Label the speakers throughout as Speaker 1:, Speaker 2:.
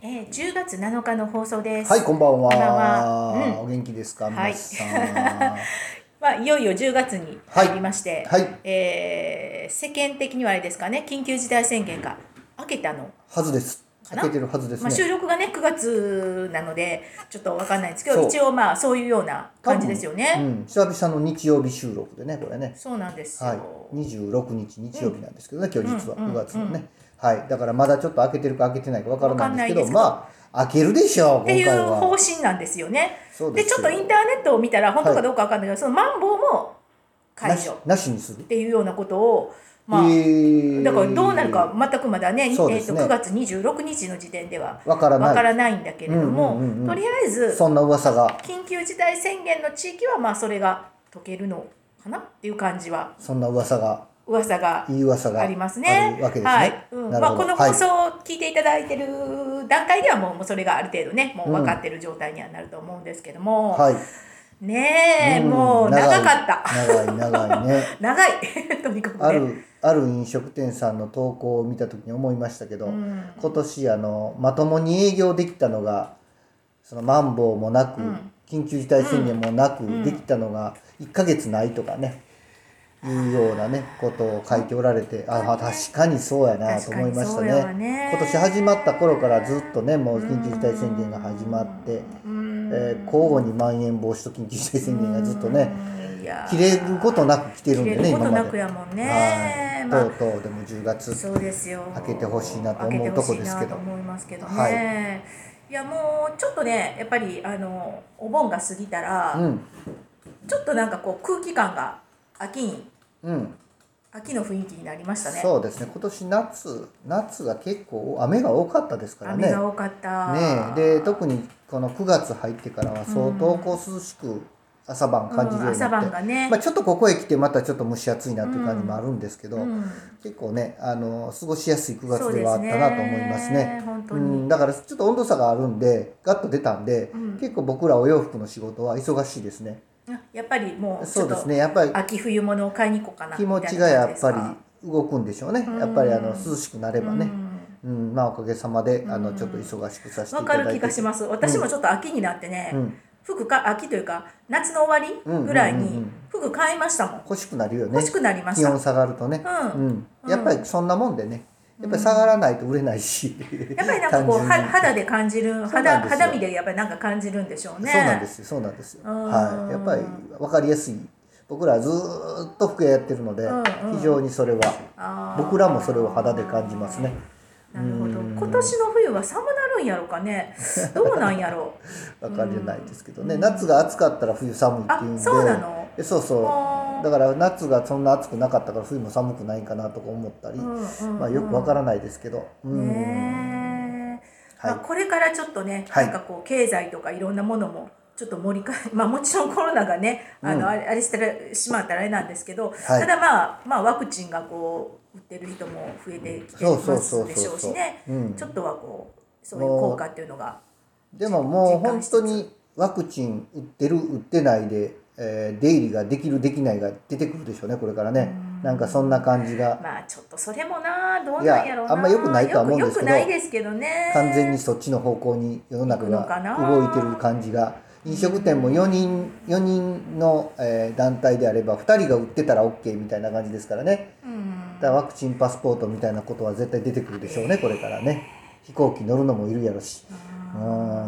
Speaker 1: えー、10月7日の放送です。
Speaker 2: はい、こんばんは。
Speaker 1: こんばんはうん
Speaker 2: お元気ですか、
Speaker 1: はい
Speaker 2: 皆さん。 は
Speaker 1: まあ、いよいよ10月に入りまして、
Speaker 2: い、
Speaker 1: えー世間的にはあれですかね、緊急事態宣言が明けたの。
Speaker 2: はずです。
Speaker 1: かな
Speaker 2: 開けてるはずです
Speaker 1: まあ、収
Speaker 2: ね。
Speaker 1: 録がね、9月なので、ちょっとわかんないですけど、
Speaker 2: そう
Speaker 1: 一応まあ、そういうような感じですよ
Speaker 2: う
Speaker 1: ね。
Speaker 2: ん、久々の日曜日収録でね、これね。
Speaker 1: そうなんですよ。
Speaker 2: はい、二十六日日曜日なんですけどね、今日実は
Speaker 1: うんうん
Speaker 2: 九月のね。はい、だからまだちょっと開けてるか開けてないかわからないんですけど、
Speaker 1: わかんないで
Speaker 2: まあ開けるでしょう。
Speaker 1: っ
Speaker 2: 今
Speaker 1: てい
Speaker 2: 回
Speaker 1: う方
Speaker 2: は。
Speaker 1: 針なんですよね。
Speaker 2: そう
Speaker 1: で、
Speaker 2: です
Speaker 1: ちょ
Speaker 2: よ
Speaker 1: っとインターネットを見たら、本当かどうかわかんないけど、そのマンボウも解
Speaker 2: なし
Speaker 1: 除っ
Speaker 2: なしにする。
Speaker 1: ていうようなことを、まあ、
Speaker 2: ー
Speaker 1: だからどうなるか。全くまだね、
Speaker 2: そう
Speaker 1: え
Speaker 2: で
Speaker 1: ー、
Speaker 2: す
Speaker 1: と
Speaker 2: ね
Speaker 1: 9月26日の時点では
Speaker 2: わから
Speaker 1: わか
Speaker 2: ない。
Speaker 1: らないんだけれども、
Speaker 2: うんうんうんうん
Speaker 1: とりあえず
Speaker 2: そんな噂が。
Speaker 1: 緊急事態宣言の地域はまあそれが解けるのかなっていう感じは
Speaker 2: そんな噂が。
Speaker 1: 噂が
Speaker 2: いい噂が。
Speaker 1: ありますね
Speaker 2: あ。るわけですね。
Speaker 1: はい、うん、
Speaker 2: なる
Speaker 1: まあ
Speaker 2: ほ
Speaker 1: こ
Speaker 2: ど。
Speaker 1: の
Speaker 2: は
Speaker 1: 放
Speaker 2: い。
Speaker 1: 送を聞いていただいてる段階ではもうもうそれがある程度ね、もう分かってる状態にはなると思うんですけども、
Speaker 2: はい。
Speaker 1: ねえ、
Speaker 2: ん
Speaker 1: もう長かった。
Speaker 2: 長い長い長いね
Speaker 1: 長いとにかくね。
Speaker 2: あるある飲食店さんの投稿を見た時に思いましたけど、
Speaker 1: うん
Speaker 2: 今年あのまともに営業できたのがそのマンボウもなく、
Speaker 1: うん
Speaker 2: 緊急事態宣言もなく、
Speaker 1: ん
Speaker 2: できたのが1ヶ月ないとかね、いうようなねことを書いておられて、ああ確かにそうやなと思いまし
Speaker 1: 確
Speaker 2: た
Speaker 1: かにそうやわ
Speaker 2: ね
Speaker 1: ね
Speaker 2: 今年始まった頃からずっとねもう緊急事態宣言が始まって、
Speaker 1: うん
Speaker 2: えー交互にまん延防止と緊急事態宣言がずっとね、
Speaker 1: いやー
Speaker 2: 切れることなく来てるんでね
Speaker 1: 切れるこ
Speaker 2: 今
Speaker 1: と
Speaker 2: ま
Speaker 1: な
Speaker 2: で
Speaker 1: くやもん
Speaker 2: は
Speaker 1: ね
Speaker 2: い、
Speaker 1: まあ
Speaker 2: とうとうでも10月
Speaker 1: そうですよ
Speaker 2: 開けてほしいなと思うとこです
Speaker 1: 開けてほし
Speaker 2: けど
Speaker 1: いなと思いますけどね、、
Speaker 2: はい
Speaker 1: やもうちょっとねやっぱりあのお盆が過ぎたら、
Speaker 2: うん
Speaker 1: ちょっとなんかこう空気感が秋に
Speaker 2: うん
Speaker 1: 秋の雰囲気になりましたね
Speaker 2: そうですね今年夏夏が結構雨が多かったですから
Speaker 1: 雨
Speaker 2: ね
Speaker 1: が多かった
Speaker 2: ねえで特にこの9月入ってからは相当こう涼しく朝晩感じるようにな
Speaker 1: 朝
Speaker 2: って、
Speaker 1: 晩がね、
Speaker 2: まあ、ちょっとここへ来てまたちょっと蒸し暑いなっていう感じもあるんですけど、
Speaker 1: うん
Speaker 2: 結構ねあの過ごしやすい9月ではあったなと思いますね。
Speaker 1: 本当
Speaker 2: う
Speaker 1: に、
Speaker 2: ん、だからちょっと温度差があるんでガッと出たんで、
Speaker 1: うん
Speaker 2: 結構僕らお洋服の仕事は忙しいですね
Speaker 1: やっぱりもうち
Speaker 2: そ
Speaker 1: ょっ
Speaker 2: うです
Speaker 1: と
Speaker 2: ねやっぱり
Speaker 1: 秋冬物を買いに行こうかな
Speaker 2: 気持ち
Speaker 1: み
Speaker 2: が
Speaker 1: たいな感
Speaker 2: やっ
Speaker 1: じですか
Speaker 2: ぱり動くんでしょうね
Speaker 1: うん
Speaker 2: やっぱりあの涼しくなればね
Speaker 1: う、ん
Speaker 2: うんまあおかげさまであ
Speaker 1: う
Speaker 2: の
Speaker 1: ん
Speaker 2: ちょっと忙しくさせて
Speaker 1: わ
Speaker 2: いた
Speaker 1: か
Speaker 2: だいて
Speaker 1: る気がします。私もちょっと秋になってね、
Speaker 2: うん、
Speaker 1: 服か秋というか夏の終わりぐらい
Speaker 2: うんうんう
Speaker 1: に
Speaker 2: ん
Speaker 1: 服買いましたもん。
Speaker 2: 欲しくなるよね
Speaker 1: 欲しくなりまし
Speaker 2: 気
Speaker 1: た。
Speaker 2: 温下がるとね、
Speaker 1: う
Speaker 2: うん
Speaker 1: ん。
Speaker 2: やっぱりそんなもんでねやっぱり下がらないと売れないし、
Speaker 1: やっぱりなんかこう
Speaker 2: 単純に
Speaker 1: は肌で感じる
Speaker 2: そうな
Speaker 1: 肌
Speaker 2: んですよ
Speaker 1: 肌身でやっぱりなんか感じるんでしょうね。
Speaker 2: そうなんですよそうなんですよ、
Speaker 1: うん
Speaker 2: はいやっぱり分かりやすい僕らはずーっと服屋やってるので、
Speaker 1: うんうん
Speaker 2: 非常にそれは
Speaker 1: あー
Speaker 2: 僕らもそれを肌で感じますね。
Speaker 1: なるほど。
Speaker 2: うん
Speaker 1: 今年の冬は寒なるんやろかね。どうなんや ろう。
Speaker 2: わかりないですけどね、夏が暑かったら冬寒いっていうん
Speaker 1: あ
Speaker 2: で
Speaker 1: そうなの
Speaker 2: えそう
Speaker 1: あ
Speaker 2: そ
Speaker 1: ー
Speaker 2: うだから夏がそんな暑くなかったから冬も寒くないんかなとか思ったり、
Speaker 1: うんうんうん
Speaker 2: まあ、よくわからないですけど、うん
Speaker 1: ねえ、
Speaker 2: はい
Speaker 1: まあ、これからちょっとね、
Speaker 2: はい
Speaker 1: なんかこう経済とかいろんなものもちょっと盛り返 まあもちろんコロナがねあの、
Speaker 2: うん
Speaker 1: あれあれしてしまったらあれなんですけど、
Speaker 2: はい
Speaker 1: ただまあまあワクチンがこう打ってる人も増えてきて
Speaker 2: そうそう
Speaker 1: ま
Speaker 2: そうそ
Speaker 1: す
Speaker 2: う
Speaker 1: でしょうしね
Speaker 2: うん
Speaker 1: ちょっとはこうそういう効果っていうのが
Speaker 2: でももう本当にワクチン打ってる打ってないで、えー出入りができるできないが出てくるでしょうねこれからねなんかそんな感じが
Speaker 1: まあちょっとそれもなどうなんやろう
Speaker 2: い
Speaker 1: な
Speaker 2: やあんま良くないとは思うん
Speaker 1: よ
Speaker 2: ですけど
Speaker 1: よくないですけどね
Speaker 2: 完全にそっちの方向に世の中
Speaker 1: 行くのかな
Speaker 2: が動いてる感じが飲食店も4人4人の、えー団体であれば2人が売ってたら OK みたいな感じですからね
Speaker 1: うん
Speaker 2: だからワクチンパスポートみたいなことは絶対出てくるでしょうねこれからね飛行機乗るのもいるやろしうん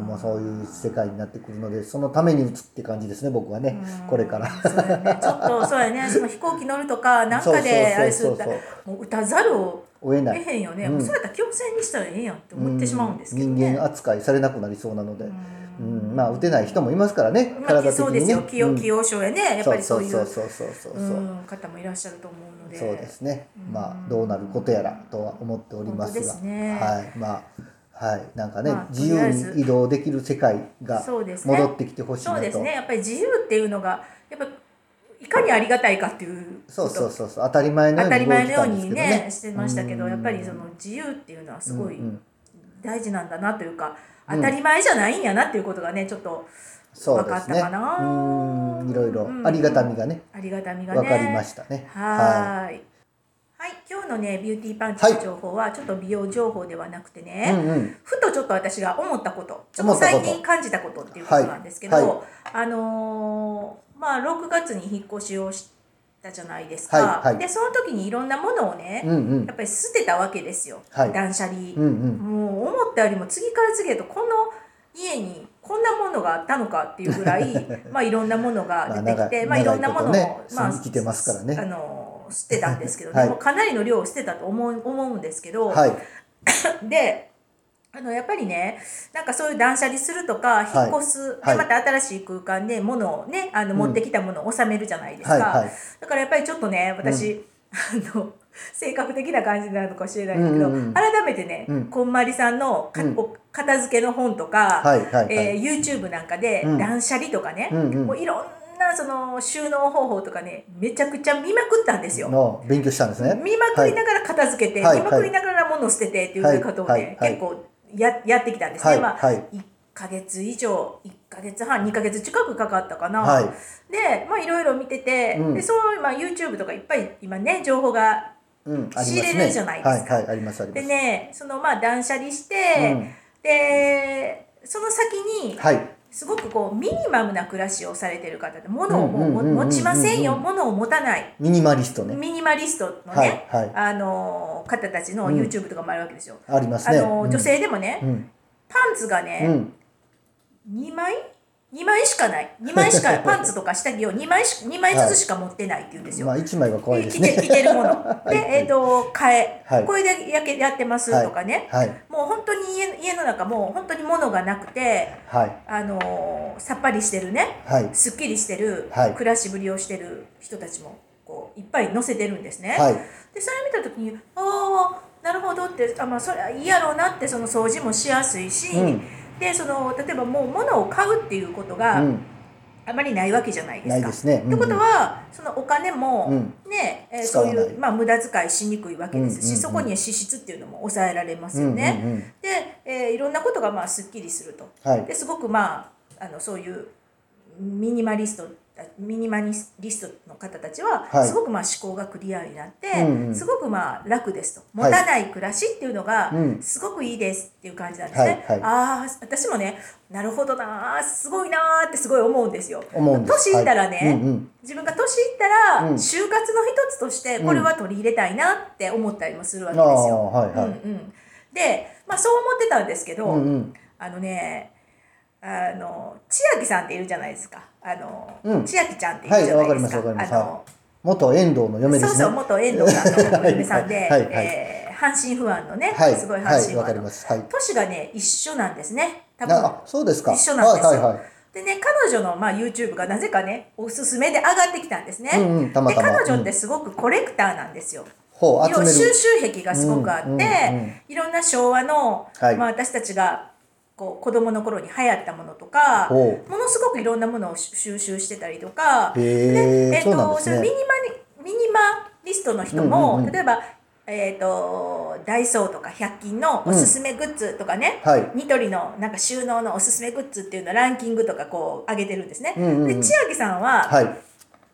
Speaker 2: もうそういう世界になってくるのでそのために打つって感じですね僕はねこれから。
Speaker 1: そうやね、ちょっとそうやねその飛行機乗るとかなんかであれす
Speaker 2: そ
Speaker 1: る
Speaker 2: うそうそうそう
Speaker 1: ともう打たざるを
Speaker 2: 追えな
Speaker 1: 得
Speaker 2: い
Speaker 1: へんよね、
Speaker 2: うん
Speaker 1: もうそうやったら強制にしたらええやんって思ってしまうんですけど
Speaker 2: う
Speaker 1: ね
Speaker 2: ん人間扱いされなくなりそうなので、
Speaker 1: う
Speaker 2: うん、まあ打てない人もいますからね
Speaker 1: んまあ
Speaker 2: 体的
Speaker 1: そうで
Speaker 2: に
Speaker 1: す
Speaker 2: ね
Speaker 1: よ器用
Speaker 2: うん
Speaker 1: 器用症やねやっぱりそういう
Speaker 2: そうそうそうそうそうそう
Speaker 1: うん方もいらっしゃると思うので
Speaker 2: そうですね、まあどうなることやらとは思っております
Speaker 1: 本
Speaker 2: が
Speaker 1: 当ですね
Speaker 2: はいまあはいなんかね、
Speaker 1: まあ
Speaker 2: 自
Speaker 1: とりあえず
Speaker 2: 由に移動できる世界が
Speaker 1: そうですね
Speaker 2: 戻ってきてほしいな
Speaker 1: そう
Speaker 2: と
Speaker 1: ですねやっぱり自由っていうのがやっぱいかにありがたいかっていうこと
Speaker 2: そうそうそうそう当たり前の
Speaker 1: 当
Speaker 2: よう
Speaker 1: た
Speaker 2: に
Speaker 1: り
Speaker 2: 動い
Speaker 1: 前の
Speaker 2: て
Speaker 1: よ
Speaker 2: た
Speaker 1: うん
Speaker 2: で
Speaker 1: に
Speaker 2: すけど
Speaker 1: ね
Speaker 2: ね
Speaker 1: してましたけど
Speaker 2: うん
Speaker 1: やっぱりその自由っていうのはすごい
Speaker 2: うんうん
Speaker 1: 大事なんだなというか、
Speaker 2: うん
Speaker 1: 当たり前じゃないんやなっていうことがねちょっと
Speaker 2: そうですね
Speaker 1: わかったかな
Speaker 2: うんいろいろ
Speaker 1: うん
Speaker 2: ありがたみがね、
Speaker 1: ありがたみがね
Speaker 2: わかりましたね
Speaker 1: はーいはい、はい、今日のね、ビューティーパンチの情報は、ちょっと美容情報ではなくてね、
Speaker 2: うんうん
Speaker 1: ふとちょっと私が思ったこと、ちょっ
Speaker 2: 思
Speaker 1: と
Speaker 2: ったこ
Speaker 1: 最
Speaker 2: と
Speaker 1: 近感じたことっていうことなんですけど、
Speaker 2: はいは
Speaker 1: あのーまあ、6月に引っ越しをしたじゃないですか。
Speaker 2: はいはい
Speaker 1: で、その時にいろんなものをね、
Speaker 2: うんうん
Speaker 1: やっぱり捨てたわけですよ、
Speaker 2: はい
Speaker 1: 断捨離。
Speaker 2: うんうん
Speaker 1: もう思ったよりも次から次へとこの家にこんなものがあったのかっていうぐら いまあいろんなものが出てきて、ま
Speaker 2: まあ
Speaker 1: あ、い
Speaker 2: 長
Speaker 1: ろ
Speaker 2: い
Speaker 1: んなものを、
Speaker 2: 長いことね
Speaker 1: まあ、
Speaker 2: 住み着てますからね
Speaker 1: あの捨てたんですけど、
Speaker 2: はい
Speaker 1: でもかなりの量を捨てたと思う思うんですけど、
Speaker 2: はい
Speaker 1: であのやっぱりねなんかそういう断捨離するとか
Speaker 2: はい
Speaker 1: 引っ越す、で
Speaker 2: はい
Speaker 1: また新しい空間で物をねあの
Speaker 2: うん
Speaker 1: 持ってきたものを収めるじゃないですか、
Speaker 2: はいはい
Speaker 1: だからやっぱりちょっとね私、あの性格的な感じなのかもしれないんだけど、
Speaker 2: うんうんうん
Speaker 1: 改めてね、
Speaker 2: うん
Speaker 1: こんまりさんのか、
Speaker 2: うん
Speaker 1: お片付けの本とか、
Speaker 2: はいはいは
Speaker 1: え
Speaker 2: い
Speaker 1: ー YouTube なんかで
Speaker 2: うん
Speaker 1: 断捨離とかね、
Speaker 2: うんうん
Speaker 1: もういろんなその収納方法とかねめちゃくちゃ見まくったんですよ。
Speaker 2: の勉強したんですね
Speaker 1: 見まくりながら片付けて、
Speaker 2: はい
Speaker 1: 見まくりながら物を捨ててっていうことをね、
Speaker 2: はいはいはい
Speaker 1: 結構ややってきたんですね、
Speaker 2: はい
Speaker 1: まあ、
Speaker 2: はい
Speaker 1: 1ヶ月以上1ヶ月半2ヶ月近くかかったかな、
Speaker 2: はい
Speaker 1: でまあいろいろ見てて、
Speaker 2: うん
Speaker 1: でそう、まあ、YouTube とかいっぱい今ね情報が
Speaker 2: うんあります
Speaker 1: 仕入れるじゃない
Speaker 2: ね
Speaker 1: で
Speaker 2: は
Speaker 1: す
Speaker 2: い
Speaker 1: か
Speaker 2: はいありますありま
Speaker 1: ですねそのまあ断捨離して、
Speaker 2: うん
Speaker 1: でその先に
Speaker 2: はい
Speaker 1: すごくこうミニマムな暮らしをされてる方で物をもう
Speaker 2: うんうんうんうんうんうん
Speaker 1: 持ちませんよ物を持たない
Speaker 2: ミニマリストね
Speaker 1: ミニマリストのね、
Speaker 2: はいはい
Speaker 1: あの方たちの
Speaker 2: うん
Speaker 1: YouTube とかもあるわけですよ。
Speaker 2: あります
Speaker 1: あ
Speaker 2: ね
Speaker 1: の
Speaker 2: うん
Speaker 1: 女性でもね、
Speaker 2: うん
Speaker 1: パンツが
Speaker 2: う
Speaker 1: ね、
Speaker 2: ん
Speaker 1: 二2枚2枚しかない2枚し かパンツとか下着を2枚し2枚ずつしか持ってないって言うんですよ。
Speaker 2: まあ一枚は可愛い
Speaker 1: で
Speaker 2: です
Speaker 1: 着
Speaker 2: ね
Speaker 1: て着てるも の
Speaker 2: い
Speaker 1: で、えっと替え、
Speaker 2: はい
Speaker 1: これでやけやってますとかね、
Speaker 2: はい
Speaker 1: もう本当に家家の中もう本当に物がなくて、
Speaker 2: はい
Speaker 1: あのーさっぱりしてるね
Speaker 2: はい
Speaker 1: すっきりしてる、
Speaker 2: はい
Speaker 1: 暮らしぶりをしてる人たちもこういっぱい載せてるんですね。
Speaker 2: はい
Speaker 1: でそれ見た時に「ああなるほど」ってあ、まあ、それはいいやろうなってその掃除もしやすいし、
Speaker 2: うん
Speaker 1: でその例えばもう物を買うっていうことが
Speaker 2: うん
Speaker 1: あまりないわけじゃないですか。
Speaker 2: ないですね
Speaker 1: ってことはそのお金も、
Speaker 2: うん
Speaker 1: ねえー
Speaker 2: 使
Speaker 1: そ
Speaker 2: わ
Speaker 1: う
Speaker 2: ない
Speaker 1: いう、まあ、無駄遣いしにくいわけですし、
Speaker 2: うんうんうん
Speaker 1: そこには支出っていうのも抑えられます
Speaker 2: うん
Speaker 1: よ
Speaker 2: うん
Speaker 1: ね。
Speaker 2: うん
Speaker 1: で、えーいろんなことがまあすっきりすると。
Speaker 2: はい
Speaker 1: ですごくまああのそういうミニマリストミニマリストの方たちは、
Speaker 2: はい
Speaker 1: すごくまあ思考がクリアになって、
Speaker 2: うんうん
Speaker 1: すごくまあ楽ですと持
Speaker 2: はい
Speaker 1: たない暮らしっていうのが
Speaker 2: うん
Speaker 1: すごくいいですっていう感じなんですね。
Speaker 2: はいはい
Speaker 1: ああ私もねなるほどなーすごいなーってすごい思うんですよ。
Speaker 2: 思うんです
Speaker 1: 年いったらね、
Speaker 2: はいうんうん
Speaker 1: 自分が年いったら、
Speaker 2: うん
Speaker 1: 就活の一つとしてこれは取り入れたいなって思ったりもするわけ
Speaker 2: あ
Speaker 1: です
Speaker 2: あ
Speaker 1: よ。
Speaker 2: はいは
Speaker 1: うん
Speaker 2: い
Speaker 1: うん、で、まあ、そう思ってたんですけど、
Speaker 2: うんうん
Speaker 1: あのね、あの千秋さんっているじゃないですか。あの、
Speaker 2: うん
Speaker 1: 千秋ちゃんっているじゃないですか。
Speaker 2: はいわかりますわかります
Speaker 1: あの、
Speaker 2: 元遠藤の嫁で
Speaker 1: そう
Speaker 2: すね
Speaker 1: そう元遠藤さんのお嫁さんで、
Speaker 2: はいはい
Speaker 1: えー阪神不安のね、
Speaker 2: はい
Speaker 1: すごい阪
Speaker 2: は
Speaker 1: 神
Speaker 2: い
Speaker 1: 不
Speaker 2: わか
Speaker 1: 安
Speaker 2: り
Speaker 1: の。
Speaker 2: ますはい
Speaker 1: 年がね一緒なんですね。多分。
Speaker 2: あそうですか
Speaker 1: 一緒なんですよ
Speaker 2: はいはいはい
Speaker 1: でね彼女のまあ YouTube がなぜかねおすすめで上がってきたんですね。
Speaker 2: うんうんたまたま
Speaker 1: で彼女ってすごくコレクターなんですよ。
Speaker 2: ほう
Speaker 1: いろ
Speaker 2: 集
Speaker 1: 収
Speaker 2: める
Speaker 1: 集癖がすごくあって、
Speaker 2: うんうんうん
Speaker 1: いろんな昭和の、
Speaker 2: はい
Speaker 1: まあ、私たちがこう子供の頃に流行ったものとか
Speaker 2: ほ
Speaker 1: ものすごくいろんなものを収集してたりとか、
Speaker 2: へ
Speaker 1: で
Speaker 2: え
Speaker 1: っ
Speaker 2: そうなん
Speaker 1: と
Speaker 2: で
Speaker 1: それ
Speaker 2: す
Speaker 1: ミニ
Speaker 2: ね
Speaker 1: マリミニマリストの人も、
Speaker 2: うんうんうん
Speaker 1: 例えば、えー、とダイソーとか100均のおすすめグッズとかね、
Speaker 2: はい
Speaker 1: ニトリのなんか収納のおすすめグッズっていうのをランキングとかこう上げてるんですね。
Speaker 2: うんうんうん
Speaker 1: で千秋さんは、
Speaker 2: はい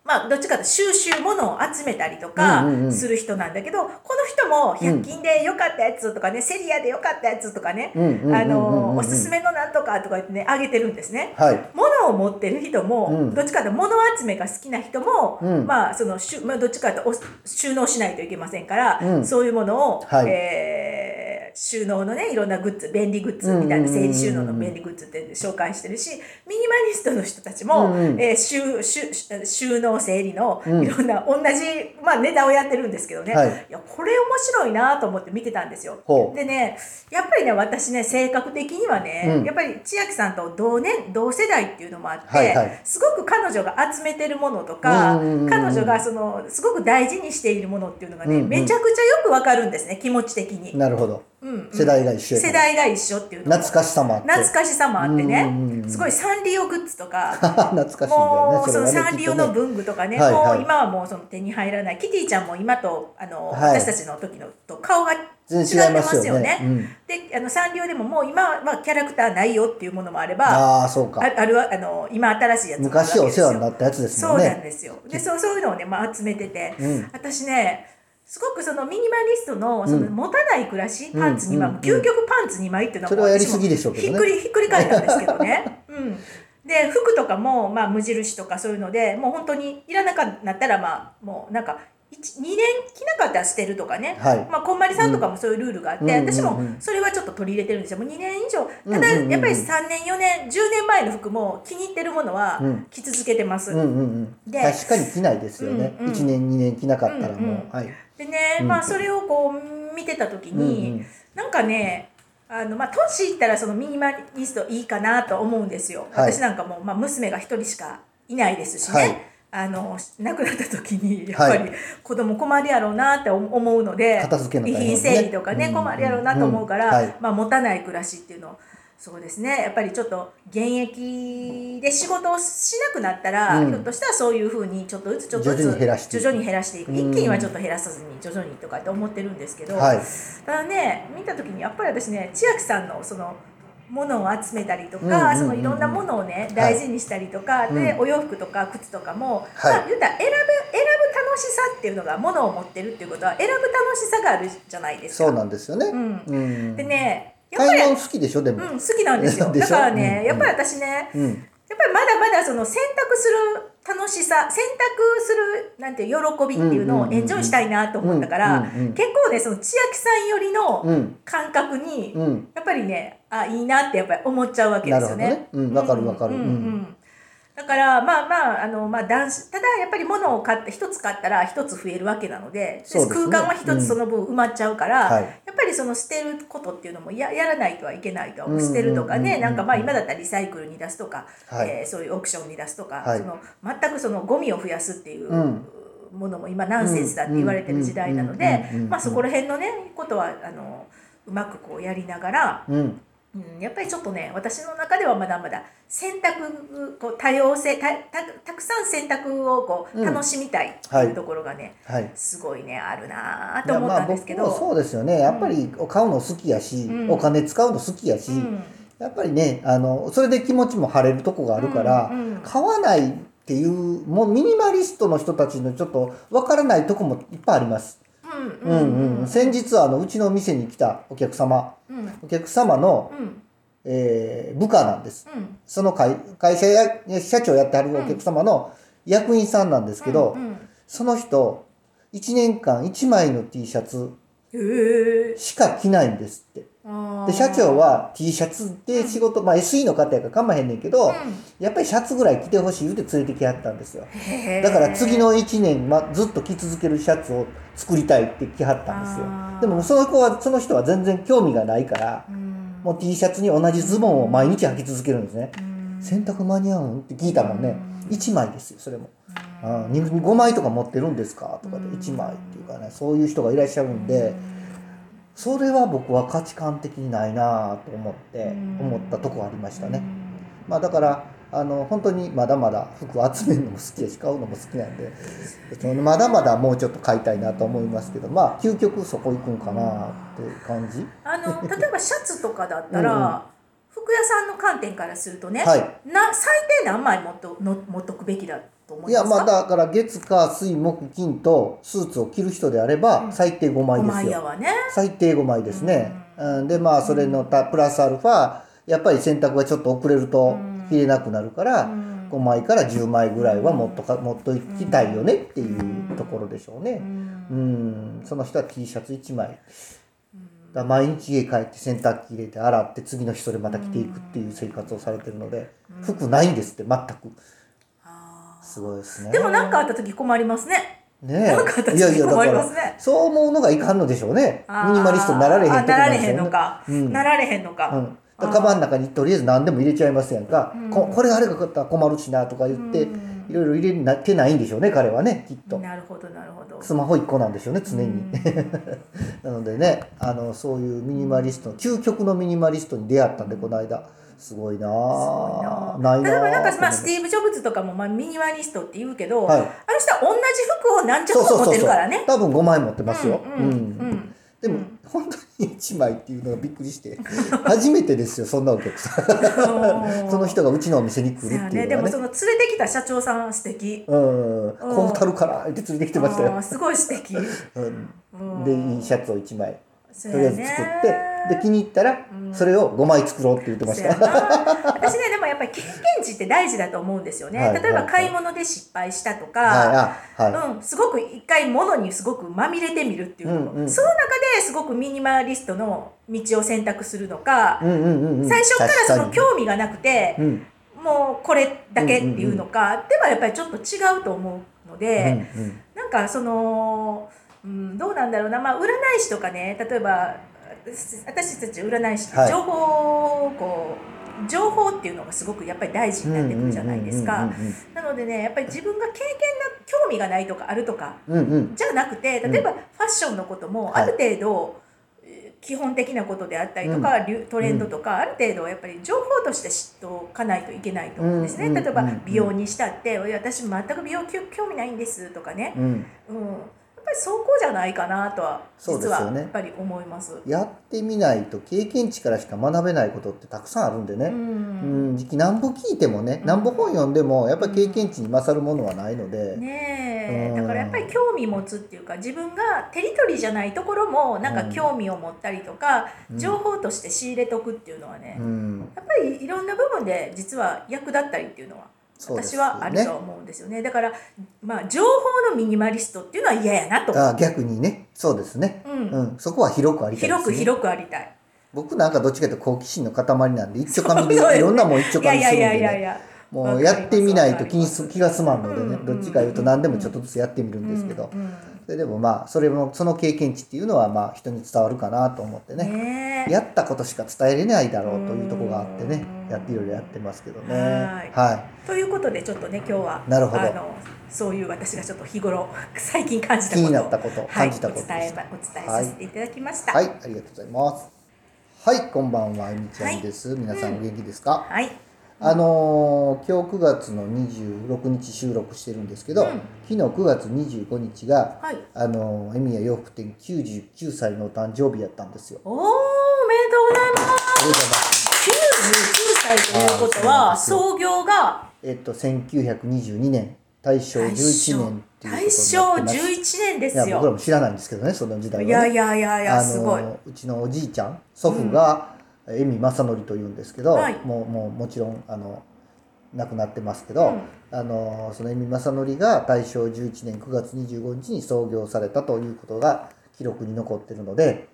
Speaker 1: まあ、どっちかというと収集物を集めたりとか
Speaker 2: うんうんうん
Speaker 1: する人なんだけど、この人も100均で良かったやつとかね、セリアで良かったやつとかね、
Speaker 2: うんうんうんうんうん
Speaker 1: あのおすすめのなんとかとか言ってねあげてるんですね。
Speaker 2: はい
Speaker 1: 物を持ってる人も、
Speaker 2: うん
Speaker 1: どっちかというと物集めが好きな人も、
Speaker 2: うん
Speaker 1: まあそのしゅまあ、どっちかというとお収納しないといけませんから、
Speaker 2: うん
Speaker 1: そういうものを、
Speaker 2: はい
Speaker 1: えー収納のねいろんなグッズ便利グッズみたいな
Speaker 2: うんうんうん
Speaker 1: 整
Speaker 2: うん
Speaker 1: 理収納の便利グッズって紹介してるしミニマリストの人たちも、
Speaker 2: うんうん
Speaker 1: えー収収収収納整理の
Speaker 2: うん
Speaker 1: いろんな、同じ、まあ、ネタをやってるんですけどね、
Speaker 2: はい
Speaker 1: やこれ面白いなと思って見てたんですよ。
Speaker 2: ほう
Speaker 1: でねやっぱりね私ね性格的にはね、
Speaker 2: うん
Speaker 1: やっぱり千秋さんと同年同世代っていうのもあって、
Speaker 2: はいはい
Speaker 1: すごく彼女が集めてるものとか、
Speaker 2: うんうんうんうん
Speaker 1: 彼女がそのすごく大事にしているものっていうのがね、
Speaker 2: うんうん
Speaker 1: めちゃくちゃよくわかるんですね気持ち的に、
Speaker 2: なるほど
Speaker 1: うんうん
Speaker 2: 世代が一緒やから
Speaker 1: 世代が一緒っていうのも
Speaker 2: 懐かしさもあって
Speaker 1: 懐かしさもあってね、
Speaker 2: うんうんうん
Speaker 1: すごいサンリオグッズと か
Speaker 2: 懐かしいんだよ
Speaker 1: もう
Speaker 2: ね
Speaker 1: その
Speaker 2: れは
Speaker 1: サ
Speaker 2: ね
Speaker 1: ンリオ
Speaker 2: きっ
Speaker 1: の
Speaker 2: とね
Speaker 1: 文具とかね、
Speaker 2: はいはい
Speaker 1: もう今はもうその手に入らないキティちゃんも今とあの、
Speaker 2: はい
Speaker 1: 私たちの時のと顔が違
Speaker 2: 全
Speaker 1: って
Speaker 2: 然違い
Speaker 1: ま
Speaker 2: ます
Speaker 1: すよ
Speaker 2: よ
Speaker 1: ね
Speaker 2: ね。うん
Speaker 1: であのサンリオでももう今はまあキャラクターないよっていうものもあればあ
Speaker 2: ああそうか
Speaker 1: あるわあの今新しいやつもあるわけです
Speaker 2: 昔
Speaker 1: よ
Speaker 2: お世話になったやつです
Speaker 1: そ
Speaker 2: も
Speaker 1: うんなん
Speaker 2: ね
Speaker 1: ですよでそうそういうのをね、まあ、集めてて、
Speaker 2: うん
Speaker 1: 私ねすごくそのミニマリストのその
Speaker 2: うん
Speaker 1: 持たない暮らし、パンツ2枚、
Speaker 2: うんうん
Speaker 1: 究極パンツ2枚っていうの
Speaker 2: それはやりすぎ
Speaker 1: 私も
Speaker 2: でしょうけ
Speaker 1: ひっ
Speaker 2: ど
Speaker 1: く
Speaker 2: ね。
Speaker 1: りひっくり返ったんですけど ね。うん、で服とかも、まあ、無印とかそういうのでもう本当にいらなくなったらまあもうなんか2年着なかったら捨てるとかね、
Speaker 2: はい
Speaker 1: まあ、こんまりさんとかもそういうルールがあって、
Speaker 2: うん
Speaker 1: 私
Speaker 2: うん
Speaker 1: も
Speaker 2: うんうん
Speaker 1: それはちょっと取り入れてるんですよもう2年以上
Speaker 2: うん
Speaker 1: た
Speaker 2: うんう
Speaker 1: だ
Speaker 2: んうん
Speaker 1: やっぱり3年4年10年前の服も気に入ってるものは
Speaker 2: うん
Speaker 1: 着続けてます。
Speaker 2: うんうんうん、
Speaker 1: で
Speaker 2: 確かに着ないですよね、
Speaker 1: うんうん
Speaker 2: 1年2年着なかったらもう、
Speaker 1: うんうん
Speaker 2: はい、
Speaker 1: でね、
Speaker 2: うん
Speaker 1: まあそれをこう見てた時
Speaker 2: うん
Speaker 1: に、なんかねあのまあ年いったらそのミニマリストいいかなと思うんですよ。
Speaker 2: はい
Speaker 1: 私なんかもう、まあ、娘が一人しかいないですしね。
Speaker 2: はい
Speaker 1: あの亡くなった時にやっぱ
Speaker 2: は
Speaker 1: り子供困るやろうなって思うので、
Speaker 2: 片付けの
Speaker 1: 遺
Speaker 2: 大変ね
Speaker 1: 品整理とかね、
Speaker 2: うん
Speaker 1: 困るやろうなと思うから、
Speaker 2: うんはい
Speaker 1: まあ、持たない暮らしっていうのそうですねやっぱりちょっと現役で仕事をしなくなったら、
Speaker 2: うん
Speaker 1: ひょっとしたらそういうふうにちょっとずつちょっとずつ
Speaker 2: 徐々に減らしていく
Speaker 1: 徐々に減らしていく
Speaker 2: うん
Speaker 1: 一気にはちょっと減らさずに徐々にとかって思ってるんですけど、
Speaker 2: うんはい、
Speaker 1: ただね見た時にやっぱり私ね千秋さんのそのものを集めたりとか、
Speaker 2: うんうんうんうん
Speaker 1: そのいろんなものをね大事にしたりとか、で、
Speaker 2: うん
Speaker 1: お洋服とか靴とかも、
Speaker 2: はい
Speaker 1: まあ言ったら選ぶ選ぶ楽しさっていうのがものを持ってるっていうことは選ぶ楽しさがあるじゃないですか。
Speaker 2: そうなんですよね。
Speaker 1: うん
Speaker 2: うん
Speaker 1: でねやっぱり、
Speaker 2: 買い物好きでしょでも、
Speaker 1: うん、好きなんですよ
Speaker 2: でし
Speaker 1: だ
Speaker 2: ょ
Speaker 1: からね、
Speaker 2: うん
Speaker 1: やっぱり私ね
Speaker 2: うん
Speaker 1: やっぱりまだまだその選択する楽しさ選択するなんていう喜びっていうのを
Speaker 2: うんうんうんうん
Speaker 1: エンジョイしたいなと思ったから、
Speaker 2: うんうん
Speaker 1: 結構ねその千秋さんよりの
Speaker 2: うん
Speaker 1: 感覚に、
Speaker 2: うん
Speaker 1: やっぱりねあいいなってやっぱり思っちゃうわけ
Speaker 2: な
Speaker 1: で
Speaker 2: る
Speaker 1: す
Speaker 2: ほ
Speaker 1: よ
Speaker 2: ど
Speaker 1: ね。
Speaker 2: ね。うん、わかるわかる。う
Speaker 1: うん
Speaker 2: ん
Speaker 1: うんうんだからまあまああの、まあ、男子ただやっぱり物を買って一つ買ったら一つ増えるわけなので
Speaker 2: そうですね
Speaker 1: 空間は一つその分埋まっちゃうから、
Speaker 2: はい
Speaker 1: やっぱりその捨てることっていうのもややらないとはいけないとは思う
Speaker 2: うん
Speaker 1: 捨てるとかね、
Speaker 2: うん
Speaker 1: なんかまあ今だったらリサイクルに出すとか、
Speaker 2: はい
Speaker 1: えーそういうオークションに出すとか、
Speaker 2: はい
Speaker 1: その全くそのゴミを増やすっていう。
Speaker 2: うん
Speaker 1: ものも今ナンセンスだって言われてる時代なので
Speaker 2: うんうんうんうん
Speaker 1: まあそこら辺のねことはあのうまくこうやりながら、
Speaker 2: うん
Speaker 1: うん、やっぱりちょっとね私の中ではまだまだ選択こう多様性たたたくさん選択をこう
Speaker 2: うん
Speaker 1: 楽しみたいって
Speaker 2: はい
Speaker 1: いうところがね、
Speaker 2: はい。
Speaker 1: すごいねあるなぁ
Speaker 2: い
Speaker 1: と
Speaker 2: や
Speaker 1: 思っ
Speaker 2: ま
Speaker 1: た
Speaker 2: あ
Speaker 1: んです
Speaker 2: 僕
Speaker 1: け
Speaker 2: も
Speaker 1: ど。
Speaker 2: そうですよね。やっぱり買うの好きやし、
Speaker 1: うん
Speaker 2: お金使うの好きやし、
Speaker 1: うん
Speaker 2: やっぱりねあのそれで気持ちも晴れるとこがあるから、
Speaker 1: うんうん
Speaker 2: 買わないっていうもうミニマリストの人たちのちょっとわからないとこもいっぱいあります。
Speaker 1: うん
Speaker 2: うんうん
Speaker 1: うん
Speaker 2: 先日あのうちの店に来たお客様
Speaker 1: うんうん
Speaker 2: お客様の、
Speaker 1: うん
Speaker 2: えー部下なんです。
Speaker 1: うん
Speaker 2: その会会社や社長やってはるお客様の役員さんなんですけど、
Speaker 1: うんうん
Speaker 2: その人1年間1枚の T シャツ
Speaker 1: へえ
Speaker 2: しか着ないんですって。で社長は T シャツで仕事、まあ SE の方やからかまへんねんけど、やっぱりシャツぐらい着てほしい言うて連れてきはったんですよだから次の1年、ま、ずっと着続けるシャツを作りたいって着はったんですよ
Speaker 1: あー
Speaker 2: でもその子はその人は全然興味がないからもう T シャツに同じズボンを毎日履き続けるんですね洗濯間に合うんって聞いたもんね1枚ですよそれもあ5枚とか持ってるんですかとかで1枚っていうかねそういう人がいらっしゃるんでそれは僕は価値観的にないなぁと思って思ったとこありましたねまあだからあの本当にまだまだ服集めるのも好きやし買うのも好きなんで そのまだまだもうちょっと買いたいなと思いますけどまあ究極そこ行くんかなって感じ
Speaker 1: あの例えばシャツとかだった
Speaker 2: うんう
Speaker 1: ら服屋さんの観点からするとね、
Speaker 2: はい
Speaker 1: な最低何枚持っとの持っとくべきだと思
Speaker 2: い
Speaker 1: いま
Speaker 2: や
Speaker 1: すか
Speaker 2: まあだから月火水木金とスーツを着る人であれば最低5枚
Speaker 1: 5
Speaker 2: です
Speaker 1: 枚や
Speaker 2: よ
Speaker 1: わね。
Speaker 2: 最低5枚ですね、うん、でまあそれのたプラスアルファやっぱり洗濯がちょっと遅れると着れなくなるから、
Speaker 1: うん
Speaker 2: 5枚から10枚ぐらいは持っとか持っときたいよねっていうところでしょうね。うん、その人は T シャツ1枚。だ毎日家帰って洗濯機入れて洗って次の日それまた着ていくっていう生活をされてるので服ないんですって全く
Speaker 1: あ
Speaker 2: すごいですね
Speaker 1: ーでも何かあった時困りますね。
Speaker 2: ね
Speaker 1: なんか私
Speaker 2: えいやいやだ
Speaker 1: 困
Speaker 2: か
Speaker 1: りますね
Speaker 2: らそう思うのがいかんのでしょうね
Speaker 1: あー
Speaker 2: ミニマリストになられへんとこ
Speaker 1: あなら
Speaker 2: な
Speaker 1: れ
Speaker 2: んで
Speaker 1: へん
Speaker 2: しょう
Speaker 1: の
Speaker 2: ね
Speaker 1: か。
Speaker 2: うん
Speaker 1: なられへんの
Speaker 2: う
Speaker 1: か
Speaker 2: ん。、だからカバンの中にとりあえず何でも入れちゃいますやんか、ここれがあれが買ったら困るしなとか言って、いろいろ入れなってないんでしょうね彼はねきっと
Speaker 1: なるほどなるほど。
Speaker 2: スマホ1個なんでしょうね常に、 なのでねあのそういうミニマリスト究極のミニマリストに出会ったんでこの間すごいなあない
Speaker 1: 例え
Speaker 2: な
Speaker 1: ば
Speaker 2: あ
Speaker 1: なんか、まあ、スティーブ・ジョブズとかも、まあ、ミニマリストって言うけど、
Speaker 2: はい
Speaker 1: あの人は同じ服を何着
Speaker 2: そう
Speaker 1: も
Speaker 2: そう
Speaker 1: 持っ
Speaker 2: そ
Speaker 1: て
Speaker 2: う
Speaker 1: る
Speaker 2: そう
Speaker 1: からね。
Speaker 2: 多分5枚持ってますよ
Speaker 1: うんうんうん
Speaker 2: でも、
Speaker 1: うん
Speaker 2: 本当に1枚っていうのがびっくりして 初めてですよそんなお客さん その人がうちのお店に
Speaker 1: そ
Speaker 2: 来るっ
Speaker 1: うや
Speaker 2: てい
Speaker 1: ね
Speaker 2: う
Speaker 1: で
Speaker 2: の
Speaker 1: も
Speaker 2: が
Speaker 1: そ
Speaker 2: ね
Speaker 1: の連れてきた社長さん素敵
Speaker 2: うん
Speaker 1: うん
Speaker 2: こうたるからって連れてきてました
Speaker 1: あー
Speaker 2: よ、
Speaker 1: すごい素敵
Speaker 2: うん、で
Speaker 1: で
Speaker 2: いいシャツを1枚
Speaker 1: ツ
Speaker 2: とりあえず作ってで気に入ったらそれを5枚作ろうって言ってまし
Speaker 1: そ
Speaker 2: た、
Speaker 1: うやな私ねでもやっぱり経験値って大事だと思うんですよね、
Speaker 2: はい
Speaker 1: 例えば
Speaker 2: はいはい
Speaker 1: 買い物で失敗したとか、
Speaker 2: はいあはい、
Speaker 1: うん、すごく一回物にすごくまみれてみるっていうのも、
Speaker 2: うんうん
Speaker 1: その中ですごくミニマリストの道を選択するのか、
Speaker 2: うんうんうんうん
Speaker 1: 最初からその
Speaker 2: 確か
Speaker 1: 興味がなくて、
Speaker 2: にうん
Speaker 1: もうこれだけっていうのか、ではやっぱりちょっと違うと思うの
Speaker 2: うん
Speaker 1: で、
Speaker 2: うん
Speaker 1: なんかその、うん、どうなんだろうな、まあ、占い師とかね例えば私私たち占い師っ
Speaker 2: はい
Speaker 1: て情報をこう、情報っていうのがすごくやっぱり大事になってくるじゃないですか。なのでねやっぱり自分が経験な興味がないとかあるとか
Speaker 2: うんうん
Speaker 1: じゃなくて例えばファッションのことも
Speaker 2: はい
Speaker 1: ある程度、えー基本的なことであったりとか、流トレンドとか、ある程度やっぱり情報として知っておかないといけないと思うんですね、
Speaker 2: うんうん
Speaker 1: 例えば
Speaker 2: うん
Speaker 1: 美容にしたって「いや私全く美容きゅ興味ないんです」とかね、
Speaker 2: うんうん
Speaker 1: うん、やっぱりそこじゃないかなとは
Speaker 2: そうで
Speaker 1: 実
Speaker 2: す
Speaker 1: は
Speaker 2: よね
Speaker 1: やっぱり思います。
Speaker 2: やってみないと経験値からしか学べないことってたくさんあるんで
Speaker 1: う
Speaker 2: ね、うんん、時期何歩聞いてもね
Speaker 1: うん
Speaker 2: 何歩本読んでもやっぱり経験値に勝るものはないので、
Speaker 1: ね
Speaker 2: う
Speaker 1: え
Speaker 2: ん
Speaker 1: だからやっぱり興味持つっていうか自分がテリトリーじゃないところもなんか興味を持ったりとか、
Speaker 2: うん
Speaker 1: 情報として仕入れとくっていうのはね、
Speaker 2: うん、
Speaker 1: やっぱりいろんな部分で実は役立ったりっていうのは
Speaker 2: そうです
Speaker 1: 私
Speaker 2: よ
Speaker 1: はある
Speaker 2: ね
Speaker 1: と思うんですよねだから、まあ、情報のミニマリストっていうのは嫌やなと、
Speaker 2: あ逆にねそうですね、
Speaker 1: うん
Speaker 2: うん、そこは広くありたいです、
Speaker 1: 広
Speaker 2: ね、
Speaker 1: く広くありたい
Speaker 2: 僕なんかどっちかというと好奇心の塊なんで一丁紙で
Speaker 1: そうそう
Speaker 2: いろんなもん一丁
Speaker 1: いやい
Speaker 2: 紙にす
Speaker 1: や
Speaker 2: るん
Speaker 1: い
Speaker 2: で
Speaker 1: やいやい
Speaker 2: ね
Speaker 1: や
Speaker 2: もうやってみないと気にす
Speaker 1: わか
Speaker 2: 気
Speaker 1: りま
Speaker 2: が
Speaker 1: す
Speaker 2: 済まんのでね
Speaker 1: うん
Speaker 2: どっちかいうと何でもちょっとずつやってみるんですけど
Speaker 1: うんうん
Speaker 2: それでもまあそれもその経験値っていうのはまあ人に伝わるかなと思ってね
Speaker 1: ねえ
Speaker 2: やったことしか伝えれないだろうというところがあってね
Speaker 1: うん
Speaker 2: やっていろいろやってますけどね
Speaker 1: はい
Speaker 2: は
Speaker 1: ということでちょっとね今日は
Speaker 2: なるほど
Speaker 1: あのそういう私がちょっと日頃最近感じ
Speaker 2: い
Speaker 1: た
Speaker 2: 気
Speaker 1: こと
Speaker 2: になったこと
Speaker 1: はい
Speaker 2: 感じたこと
Speaker 1: お伝え
Speaker 2: で
Speaker 1: ばお伝えさせていただきまし
Speaker 2: す
Speaker 1: た
Speaker 2: はいありがとうございますはいこんばんはあゆみちゃんです皆さんお元気ですか
Speaker 1: はい
Speaker 2: あのー今日9月の26日収録してるんですけど、
Speaker 1: うん
Speaker 2: 昨日9月25日が、
Speaker 1: はい
Speaker 2: あのー、エミヤ洋服店99歳のお誕生日やったんですよ。
Speaker 1: おーおめでとうございます
Speaker 2: ありが
Speaker 1: 99歳とい
Speaker 2: とうございます
Speaker 1: うこと
Speaker 2: あー
Speaker 1: は
Speaker 2: そ
Speaker 1: 創業が
Speaker 2: えっと、1922年、大正11年っていうことになって
Speaker 1: 大
Speaker 2: ます。
Speaker 1: 正11年です
Speaker 2: いや、僕ら
Speaker 1: よ
Speaker 2: も知らないんですけどね、その時代は、
Speaker 1: いやい
Speaker 2: ね。
Speaker 1: やいやいや
Speaker 2: あ
Speaker 1: すごい
Speaker 2: のうちのおじいちゃん祖父が恵美正則というんですけど、
Speaker 1: はい
Speaker 2: もうもうもちろんあの亡くなってますけど、
Speaker 1: うん
Speaker 2: あのその恵美正則が大正11年9月25日に創業されたということが記録に残ってるので、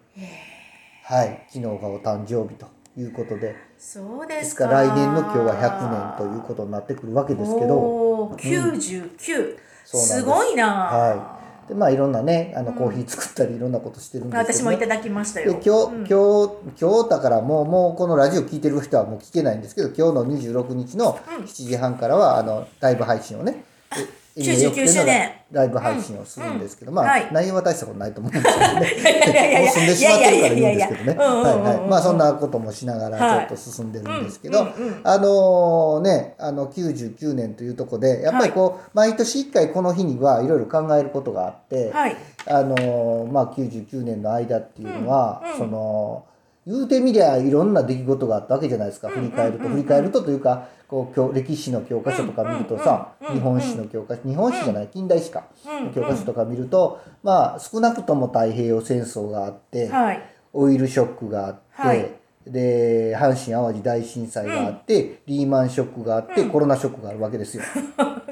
Speaker 2: はい、昨日がお誕生日ということで
Speaker 1: そうで
Speaker 2: ですすか
Speaker 1: から
Speaker 2: 来年の今日は100年ということになってくるわけですけど。
Speaker 1: おー99、
Speaker 2: そうなんです
Speaker 1: すごいな、
Speaker 2: はでまあ、いろんなねあのコーヒー作ったりいろんなことしてるんですけどね、
Speaker 1: 私もいただきました
Speaker 2: で
Speaker 1: よ
Speaker 2: 今日、今日今日だからもうもうこのラジオ聞いてる人はもう聞けないんですけど今日の26日の
Speaker 1: うん
Speaker 2: 7時半からはあのライブ配信をね、え
Speaker 1: 99周年
Speaker 2: ライブ配信をするんですけど、
Speaker 1: うん
Speaker 2: まあ、
Speaker 1: はい
Speaker 2: 内容は大したことないと思うんですけどね
Speaker 1: い やいやいやい
Speaker 2: もう
Speaker 1: や
Speaker 2: 済んでしまってるからいいんですけどね
Speaker 1: いやいやいやいやうんうんうん
Speaker 2: はいはいまあそんなこともしなが
Speaker 1: は
Speaker 2: ら
Speaker 1: い
Speaker 2: ちょっと進んでるんですけど、
Speaker 1: うんうんうん
Speaker 2: あのねあの99年というとこでやっぱりこう、毎年1回この日にはいろいろ考えることがあって。
Speaker 1: はい
Speaker 2: あのまあ、99年の間っていうのは、
Speaker 1: うんうん
Speaker 2: その言うてみりゃいろんな出来事があったわけじゃないですか振り返ると、振り返るとというかこう教歴史の教科書とか見るとさ、
Speaker 1: うんうんうん
Speaker 2: 日本史の教科書日本史じゃない近代史か、
Speaker 1: うんうん
Speaker 2: 教科書とか見ると、まあ、少なくとも太平洋戦争があって、
Speaker 1: はい
Speaker 2: オイルショックがあって、
Speaker 1: はい
Speaker 2: で阪神・淡路大震災があって、リーマンショックがあって、コロナショックがあるわけですよ。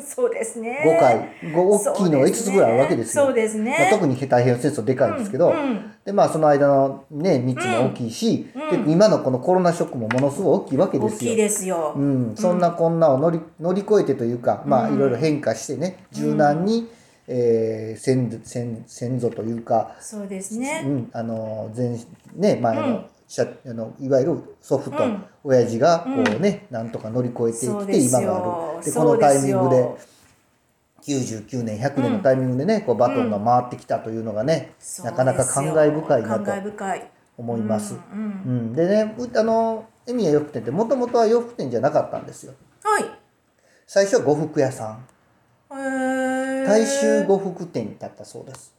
Speaker 1: そうですね
Speaker 2: 5回ご大きいのが5つぐらいあるわけですよ。
Speaker 1: そうですね
Speaker 2: まあ、特
Speaker 1: に
Speaker 2: に太平洋戦争でかいんですけど、
Speaker 1: うんうん
Speaker 2: でまあ、その間の、ね、3つも大きいし、
Speaker 1: うん
Speaker 2: で今のこのコロナショックもものすごい大きいわけで
Speaker 1: 大
Speaker 2: す
Speaker 1: き
Speaker 2: よ。
Speaker 1: いですよ、
Speaker 2: うん、そんなこんなを乗り乗り越えてというか、まあ、いろいろ変化してね柔軟に、えー先先先祖というか、
Speaker 1: そうです
Speaker 2: う
Speaker 1: ね、
Speaker 2: ん、あの前ね前の,、
Speaker 1: うん
Speaker 2: しゃあのいわゆる祖父と
Speaker 1: うん
Speaker 2: 親父がこうね、なんとか乗り越えて
Speaker 1: そ
Speaker 2: き
Speaker 1: う
Speaker 2: て
Speaker 1: です
Speaker 2: 今
Speaker 1: よ
Speaker 2: がある。でこ
Speaker 1: そ
Speaker 2: の
Speaker 1: うで
Speaker 2: タイ
Speaker 1: す
Speaker 2: ミン
Speaker 1: よ
Speaker 2: グで99年100年のタイミングでね、こうバトンが回ってきたというのがね、なかなか感慨深いな
Speaker 1: 感慨
Speaker 2: と
Speaker 1: 深い
Speaker 2: 思います。
Speaker 1: うんうん
Speaker 2: うんでねうあのエミヤ洋服店ってもともとは洋服店じゃなかったんですよ。
Speaker 1: はい
Speaker 2: 最初は呉服屋さん
Speaker 1: へー
Speaker 2: 大衆呉服店だったそうです。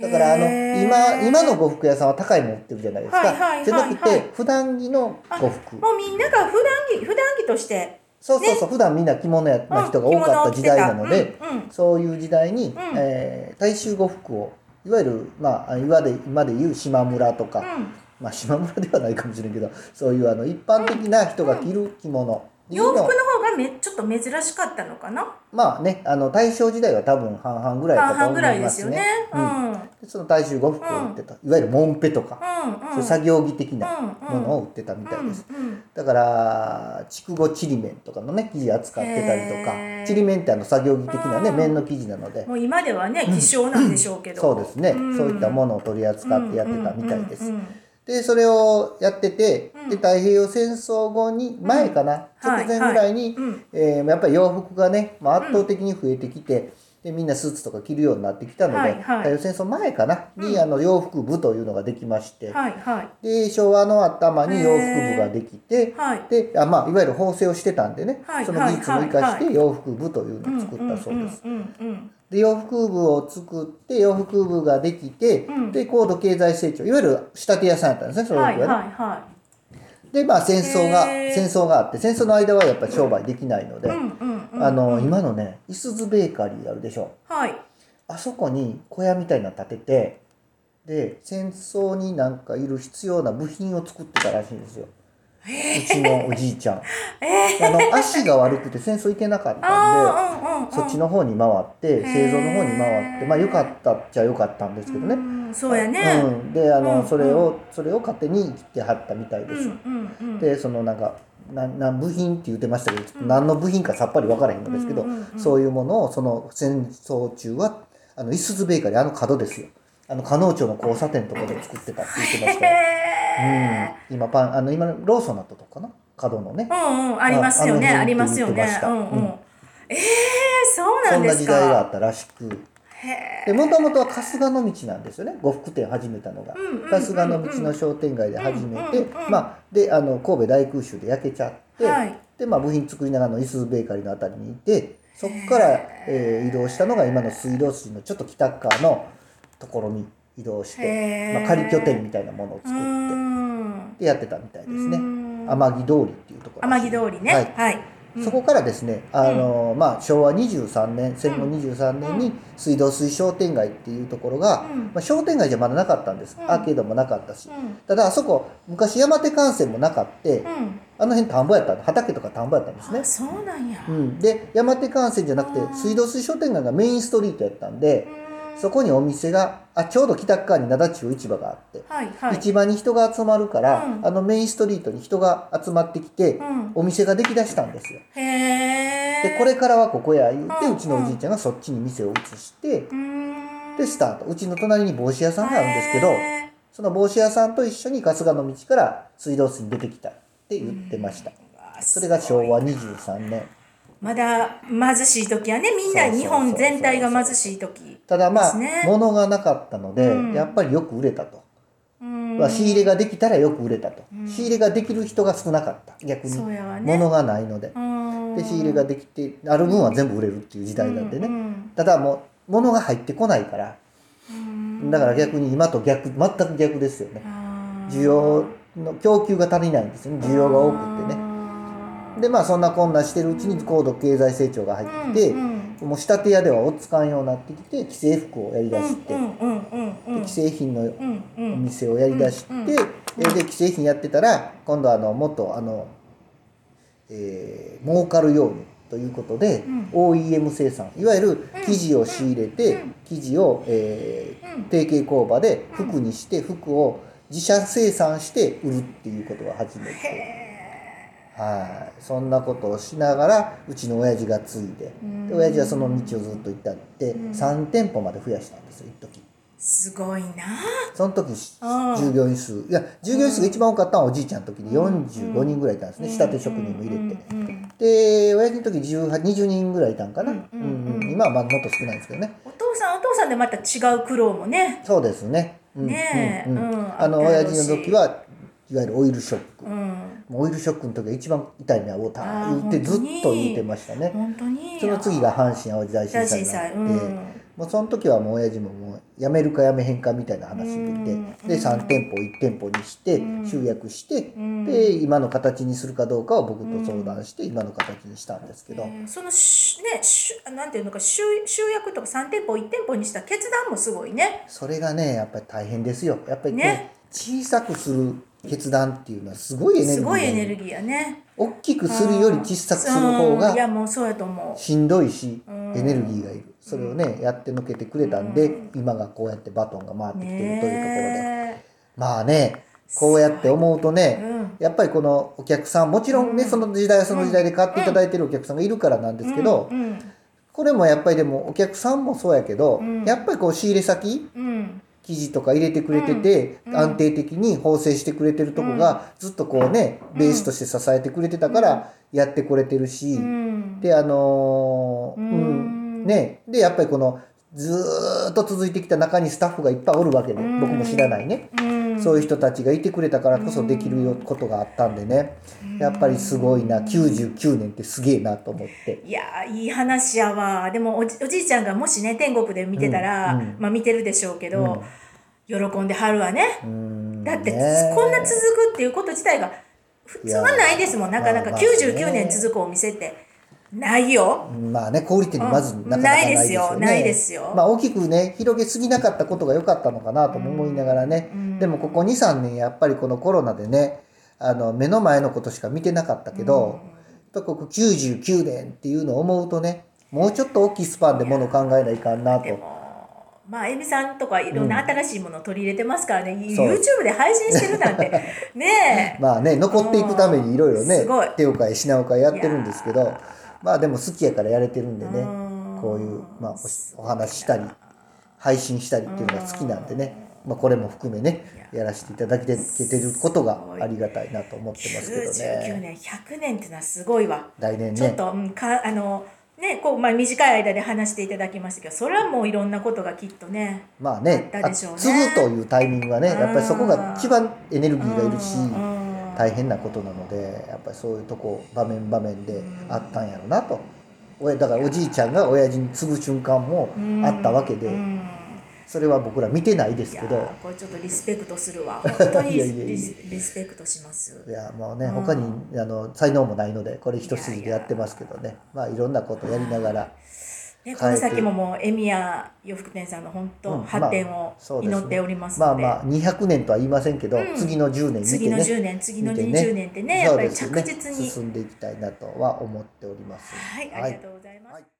Speaker 1: へ
Speaker 2: だからあの
Speaker 1: へー
Speaker 2: 今今の呉服屋さんは高いもの売ってるじゃないです
Speaker 1: はいはいはいは
Speaker 2: か
Speaker 1: い
Speaker 2: じゃなくて普段着の呉服
Speaker 1: もうみんなが普段着普段着として、
Speaker 2: そうそうそう普段みんな着物や
Speaker 1: うん
Speaker 2: な人が多かった時代なので、、
Speaker 1: 着物を着て
Speaker 2: そういう時代に、
Speaker 1: ん
Speaker 2: えー大衆呉服をいわゆる、まあ、今で今でいう島村と
Speaker 1: た
Speaker 2: か、
Speaker 1: うんうんうん
Speaker 2: まあ、島村ではないかもしれんけどそういうあの一般的な人が着る着物っていう
Speaker 1: 洋服
Speaker 2: の
Speaker 1: の
Speaker 2: を
Speaker 1: 方がめちょっと珍しかったのかな
Speaker 2: まあねあの大正時代は多分半々ぐらい
Speaker 1: 半
Speaker 2: だと
Speaker 1: 々
Speaker 2: 思
Speaker 1: ぐら
Speaker 2: い
Speaker 1: い
Speaker 2: ま
Speaker 1: です
Speaker 2: す
Speaker 1: よね
Speaker 2: ね。
Speaker 1: う
Speaker 2: うん
Speaker 1: うんうん
Speaker 2: でその大衆呉服を売ってた、いわゆるモンペとか、そういう作業着的な
Speaker 1: うん
Speaker 2: ものを売ってたみたいです、
Speaker 1: うんうん
Speaker 2: だから筑後ちりめんとかのね生地扱ってたりと
Speaker 1: へー
Speaker 2: かちりめんってあの作業着的なね
Speaker 1: うん
Speaker 2: 綿の生地なので
Speaker 1: もう今ではね希少なんでしょうけど、
Speaker 2: そうですね、
Speaker 1: ん
Speaker 2: そういったものを取り扱ってやってたみたいで
Speaker 1: う
Speaker 2: す。
Speaker 1: んうんうん
Speaker 2: でそれをやってて、
Speaker 1: うん
Speaker 2: で太平洋戦争後に前かな、
Speaker 1: うんはい
Speaker 2: 直前ぐらいに、
Speaker 1: うんうん
Speaker 2: えーやっぱり洋服がね、まあ、圧倒的に増えてきて、でみんなスーツとか着るようになってきたので、
Speaker 1: はいはい
Speaker 2: 太平洋戦争前かなに、あの洋服部というのができまして、
Speaker 1: はいはい
Speaker 2: で昭和の頭に洋服部ができて、
Speaker 1: はい
Speaker 2: であまあ、いわゆる縫製をしてたんでね、
Speaker 1: はい
Speaker 2: その技術も生
Speaker 1: はい
Speaker 2: か
Speaker 1: は
Speaker 2: し
Speaker 1: いは
Speaker 2: て洋服部というのを作ったそうです。
Speaker 1: うんうんうんうん
Speaker 2: で洋服部を作って洋服部ができて、
Speaker 1: うん
Speaker 2: で高度経済成長いわゆる仕立て屋さんやったんですねその
Speaker 1: は
Speaker 2: 時
Speaker 1: い
Speaker 2: は
Speaker 1: は
Speaker 2: ね。
Speaker 1: いは
Speaker 2: でまあ戦争が
Speaker 1: へー
Speaker 2: 戦争があって戦争の間はやっぱり商売できないの
Speaker 1: い
Speaker 2: で、
Speaker 1: うんうんうん
Speaker 2: あの今のねいすゞベーカリーあるでしょ
Speaker 1: はい
Speaker 2: あそこに小屋みたいなの建ててで戦争になんかいる必要な部品を作ってたらしいんですよ。うちのおじい ちゃん、あの足が悪くて戦争行けなかったんで。
Speaker 1: ああうんうんうん
Speaker 2: そっちの方に回って、製造の方に回って、まあ良かったっちゃ良かったんですけどね。
Speaker 1: うんそうやね
Speaker 2: うん、で、あの、
Speaker 1: うん
Speaker 2: それを、それを勝手に生きてはったみたいで
Speaker 1: うん
Speaker 2: す。
Speaker 1: うんうん
Speaker 2: で、そのなんか、なん、なん、部品って言ってましたけど、ちょっと何の部品かさっぱりわからへんのですけど
Speaker 1: うんうんうんう。ん
Speaker 2: そういうものを、その戦争中は、あの、いすゞベーカリー、あの角ですよ。あの、加納町の交差点とかで作ってたって言ってましたよ。
Speaker 1: へ
Speaker 2: うん、今パン、あの、今ローソンだったとこかな、角のね
Speaker 1: ーう。んうんありますよね
Speaker 2: あ
Speaker 1: あ
Speaker 2: あの辺
Speaker 1: りますよ
Speaker 2: って言って
Speaker 1: ねう
Speaker 2: ました
Speaker 1: んう
Speaker 2: うんん
Speaker 1: えーそうな
Speaker 2: そ
Speaker 1: ん
Speaker 2: ん
Speaker 1: で
Speaker 2: な
Speaker 1: す
Speaker 2: 時代があ
Speaker 1: か
Speaker 2: ったらしく。
Speaker 1: へ
Speaker 2: で、もともとは春日の道なんですよね。呉服店始めたのが
Speaker 1: うんうんうんう。ん
Speaker 2: 春日の道の商店街で始め
Speaker 1: うん
Speaker 2: て
Speaker 1: うんう、ん
Speaker 2: まあ、で、あの、神戸大空襲で焼けちゃって、
Speaker 1: はい
Speaker 2: で、まあ、部品作りながらのいすゞベーカリーのあたりにいて、そこから、えー移動したのが今の水道水のちょっと北側のところに移動し
Speaker 1: へ
Speaker 2: て、
Speaker 1: ー
Speaker 2: まあ、仮拠点みたいなものを
Speaker 1: ーう
Speaker 2: 作っ
Speaker 1: ん
Speaker 2: て、でやってたみたいですね
Speaker 1: う。ん
Speaker 2: 天城通りっていうところら
Speaker 1: 天
Speaker 2: しい。
Speaker 1: 城通りね
Speaker 2: はい
Speaker 1: はいうん
Speaker 2: そこからですね、あのまあ、昭和23年戦後23年に水道水商店街っていうところが、
Speaker 1: うん
Speaker 2: まあ、商店街じゃまだなかったんです、
Speaker 1: うん
Speaker 2: アーケードもなかったし、
Speaker 1: うん
Speaker 2: ただあそこ昔山手幹線もなかって、
Speaker 1: う
Speaker 2: あ
Speaker 1: ん
Speaker 2: の辺田んぼやったんで畑とか田んぼやったんですね
Speaker 1: あ、そうなんや
Speaker 2: うん、で山手幹線じゃなく
Speaker 1: うん
Speaker 2: て水道水商店街がメインストリートやったんで、
Speaker 1: うん
Speaker 2: そこにお店があちょうど北側に灘中市場があって、
Speaker 1: はいはい
Speaker 2: 市場に人が集まるから、
Speaker 1: うん
Speaker 2: あのメインストリートに人が集まってきて、
Speaker 1: うん
Speaker 2: お店ができだしたんですよ
Speaker 1: へえ
Speaker 2: でこれからはここや言うて、
Speaker 1: うん
Speaker 2: うちのおじいちゃんがそっちに店を移して、
Speaker 1: うん
Speaker 2: でスタートうちの隣に帽子屋さんがあるんですけど、
Speaker 1: へ
Speaker 2: その帽子屋さんと一緒に春日の道から水道水に出てきたって言ってました、
Speaker 1: ーうわ
Speaker 2: それが昭和23年
Speaker 1: まだ貧しい時はねみんな
Speaker 2: そうそうそうそう
Speaker 1: 日本全体が貧しい時
Speaker 2: ただまあ、
Speaker 1: ですね
Speaker 2: 物がなかったので、
Speaker 1: うん
Speaker 2: やっぱりよく売れたと、
Speaker 1: うん
Speaker 2: まあ仕入れができたらよく売れたと、仕入れができる人が少なかった逆に、
Speaker 1: そうやわね
Speaker 2: 物がないので、
Speaker 1: うん
Speaker 2: で仕入れができてある分は全部売れるっていう時代なんでね、
Speaker 1: うんうん
Speaker 2: ただもう物が入ってこないから
Speaker 1: うん
Speaker 2: だから逆に今と逆全く逆ですよね
Speaker 1: あー
Speaker 2: 需要の供給が足りないんですよね需要が多くってねでまあそんなこんなしてるうちに高度経済成長が入ってきて、
Speaker 1: うんうん
Speaker 2: もう仕立て屋ではおっつかんようになってきて既製服をやりだして、
Speaker 1: うんうんうんうんうん
Speaker 2: 既製品の
Speaker 1: うんう
Speaker 2: お
Speaker 1: ん
Speaker 2: 店をやりだして、
Speaker 1: うんうん
Speaker 2: でで既製品やってたら今度あのもっとあの、えー儲かるようにということで、
Speaker 1: うん
Speaker 2: OEM 生産いわゆる生地を仕入れて、
Speaker 1: うん
Speaker 2: 生地を、えー
Speaker 1: うん
Speaker 2: 定型工場で服にして服を自社生産して売るっていうことを始めて。はい、そんなことをしながらうちの親父が継いで
Speaker 1: ん
Speaker 2: で親父はその道をずっと行ったって3店舗まで増やしたんですよ一時
Speaker 1: すごいな
Speaker 2: その時し
Speaker 1: うん
Speaker 2: 従業員数いや従業員数が一番多かったのはおじいちゃんの時に45人ぐらいいたんですね仕立て職人も入れて
Speaker 1: うんうん
Speaker 2: で親父の時18 20人ぐらいいたんかな、
Speaker 1: うんうんうん
Speaker 2: うん今はまあもっと少ないんですけどね
Speaker 1: お父さんお父さんでまた違う苦労もね
Speaker 2: そうですね,、うん
Speaker 1: ねえ
Speaker 2: うんうん
Speaker 1: うん
Speaker 2: あの親父の時はいわゆるオイルショック、
Speaker 1: うん
Speaker 2: もうオイルショックの時が一番痛い目はうた
Speaker 1: あー
Speaker 2: 言ってずっと言ってましたね
Speaker 1: 本当に
Speaker 2: その次が阪神・淡路大
Speaker 1: 大震
Speaker 2: 震災になって、
Speaker 1: 災うん
Speaker 2: もうその時はもう親父ももう辞めるか辞めへんかみたいな話
Speaker 1: う
Speaker 2: で
Speaker 1: ん
Speaker 2: で3店舗1店舗にして
Speaker 1: うん
Speaker 2: 集約して
Speaker 1: うん
Speaker 2: で今の形にするかどうかを僕と相談して今の形にしたんですけど
Speaker 1: えーそのしねしなんていうのか集集約とか3店舗1店舗にした決断もすごいね。
Speaker 2: それがねやっぱり大変ですよやっぱり
Speaker 1: ね
Speaker 2: ね小さくする決断っていうのはすごいエネルギー
Speaker 1: すごいエネ
Speaker 2: ギ
Speaker 1: ルギーやね。
Speaker 2: ー大きくするより小さくする方
Speaker 1: うん
Speaker 2: が
Speaker 1: いやもうそうやと思う。
Speaker 2: しんどいし
Speaker 1: うん
Speaker 2: エネルギーがいるそれをねやってのけてくれたんで今がこうやってバトンが回ってきてるというところで
Speaker 1: ね
Speaker 2: まあねこうやって思うと
Speaker 1: え。う
Speaker 2: ね
Speaker 1: ん。
Speaker 2: やっぱりこのお客さんもちろんね
Speaker 1: うん
Speaker 2: その時代はその時代で買っていただいてるお客さんがいるからなんですけど
Speaker 1: うんうん
Speaker 2: これもやっぱりでもお客さんもそうやけど
Speaker 1: うん
Speaker 2: やっぱりこう仕入れ先
Speaker 1: うん
Speaker 2: 生地とか入れてくれてて、
Speaker 1: うん
Speaker 2: 安定的に縫製してくれてるとこがずっとこうね、
Speaker 1: うん
Speaker 2: ベースとして支えてくれてたからやってこれてるし、
Speaker 1: うん
Speaker 2: であのー
Speaker 1: う
Speaker 2: うんんねでやっぱりこのずーっと続いてきた中にスタッフがいっぱいおるわけで、
Speaker 1: うん
Speaker 2: 僕も知らないね、
Speaker 1: うん
Speaker 2: そういう人たちがいてくれたからこそできるよことがあったんでね、やっぱりすごいな99年ってすげえなと思って。
Speaker 1: いやーいい話やわでもおじおじいちゃんがもしね天国で見てたら、
Speaker 2: うんうん
Speaker 1: まあ見てるでしょうけど、喜んではるわね、
Speaker 2: うん
Speaker 1: だって、
Speaker 2: ね
Speaker 1: こんな続くっていうこと自体が普通はないですもん
Speaker 2: いや
Speaker 1: なか
Speaker 2: ー
Speaker 1: なか
Speaker 2: まあまあね
Speaker 1: 99年続くお店ってないよ、
Speaker 2: まあね、小売店にまずなかなかないですよね。
Speaker 1: うんないですよないですよ
Speaker 2: まあ大きくね、広げすぎなかったことが良かったのかなとも思いながらね。
Speaker 1: うん
Speaker 2: でもここ2、3年やっぱりこのコロナでね、あの、目の前のことしか見てなかったけど、やっぱここ99年っていうのを思うとね、もうちょっと大きいスパンでものを考えないかんな
Speaker 1: で
Speaker 2: と。
Speaker 1: もまあえみさんとかいろんな新しいものを取り入れてますからね、
Speaker 2: そう
Speaker 1: YouTube で配信してるなん てねえ
Speaker 2: まあね、残っていくためにいろいろ
Speaker 1: うん
Speaker 2: ね
Speaker 1: すごい、
Speaker 2: 手を変え品を変えやってるんですけ
Speaker 1: い
Speaker 2: ど
Speaker 1: や、
Speaker 2: まあでも好きやからやれてるんでね、
Speaker 1: うん
Speaker 2: こういう、まあおし
Speaker 1: すごい
Speaker 2: お
Speaker 1: な
Speaker 2: 話ししたり、配信したりっていうのが好きなんでね、まあ、これも含めねやらせていただけてることがありがたいなと思ってますけど
Speaker 1: 99
Speaker 2: ね
Speaker 1: 年100年ってのはすごいわ、
Speaker 2: 来年
Speaker 1: ちょっ
Speaker 2: ね
Speaker 1: と、うん、かあのねこう、まあ、短い間で話していただきましたけどそれはもういろんなことがきっとね
Speaker 2: まあ
Speaker 1: あ
Speaker 2: ね
Speaker 1: ったでしょうね
Speaker 2: 継ぐというタイミングはねやっぱりそこが一番エネルギーがいるし
Speaker 1: うん
Speaker 2: 大変なことなのでやっぱりそういうとこ場面場面であったんやろなと。おやだからおじいちゃんが親父に継ぐ瞬間も
Speaker 1: うん
Speaker 2: あったわけ
Speaker 1: う
Speaker 2: で
Speaker 1: ん
Speaker 2: それは僕ら見てないで
Speaker 1: い
Speaker 2: す
Speaker 1: や
Speaker 2: けど
Speaker 1: ーこれちょっとリスペクトする わ本当に
Speaker 2: いやいやいや
Speaker 1: リスリスペクトします
Speaker 2: いやもうね
Speaker 1: うん
Speaker 2: 他にあの才能もないのでこれ一
Speaker 1: いや
Speaker 2: 筋
Speaker 1: い
Speaker 2: で
Speaker 1: や
Speaker 2: やってますけどねまあいろんなことやりながら
Speaker 1: ね、この先ももうエミヤ洋服店さんの本
Speaker 2: う
Speaker 1: 当
Speaker 2: ん
Speaker 1: 発展
Speaker 2: ま
Speaker 1: を
Speaker 2: あそうですね
Speaker 1: 祈っております
Speaker 2: まあ
Speaker 1: ので、
Speaker 2: まあ200年とは言いませんけど、
Speaker 1: うん
Speaker 2: 次の10年見てね
Speaker 1: 次の10年次の
Speaker 2: 見て
Speaker 1: 20年ってねやっぱり着
Speaker 2: そうですよ
Speaker 1: 実に、
Speaker 2: 進んでいきたいなとは思っております。
Speaker 1: はいありがとうございます。
Speaker 2: はい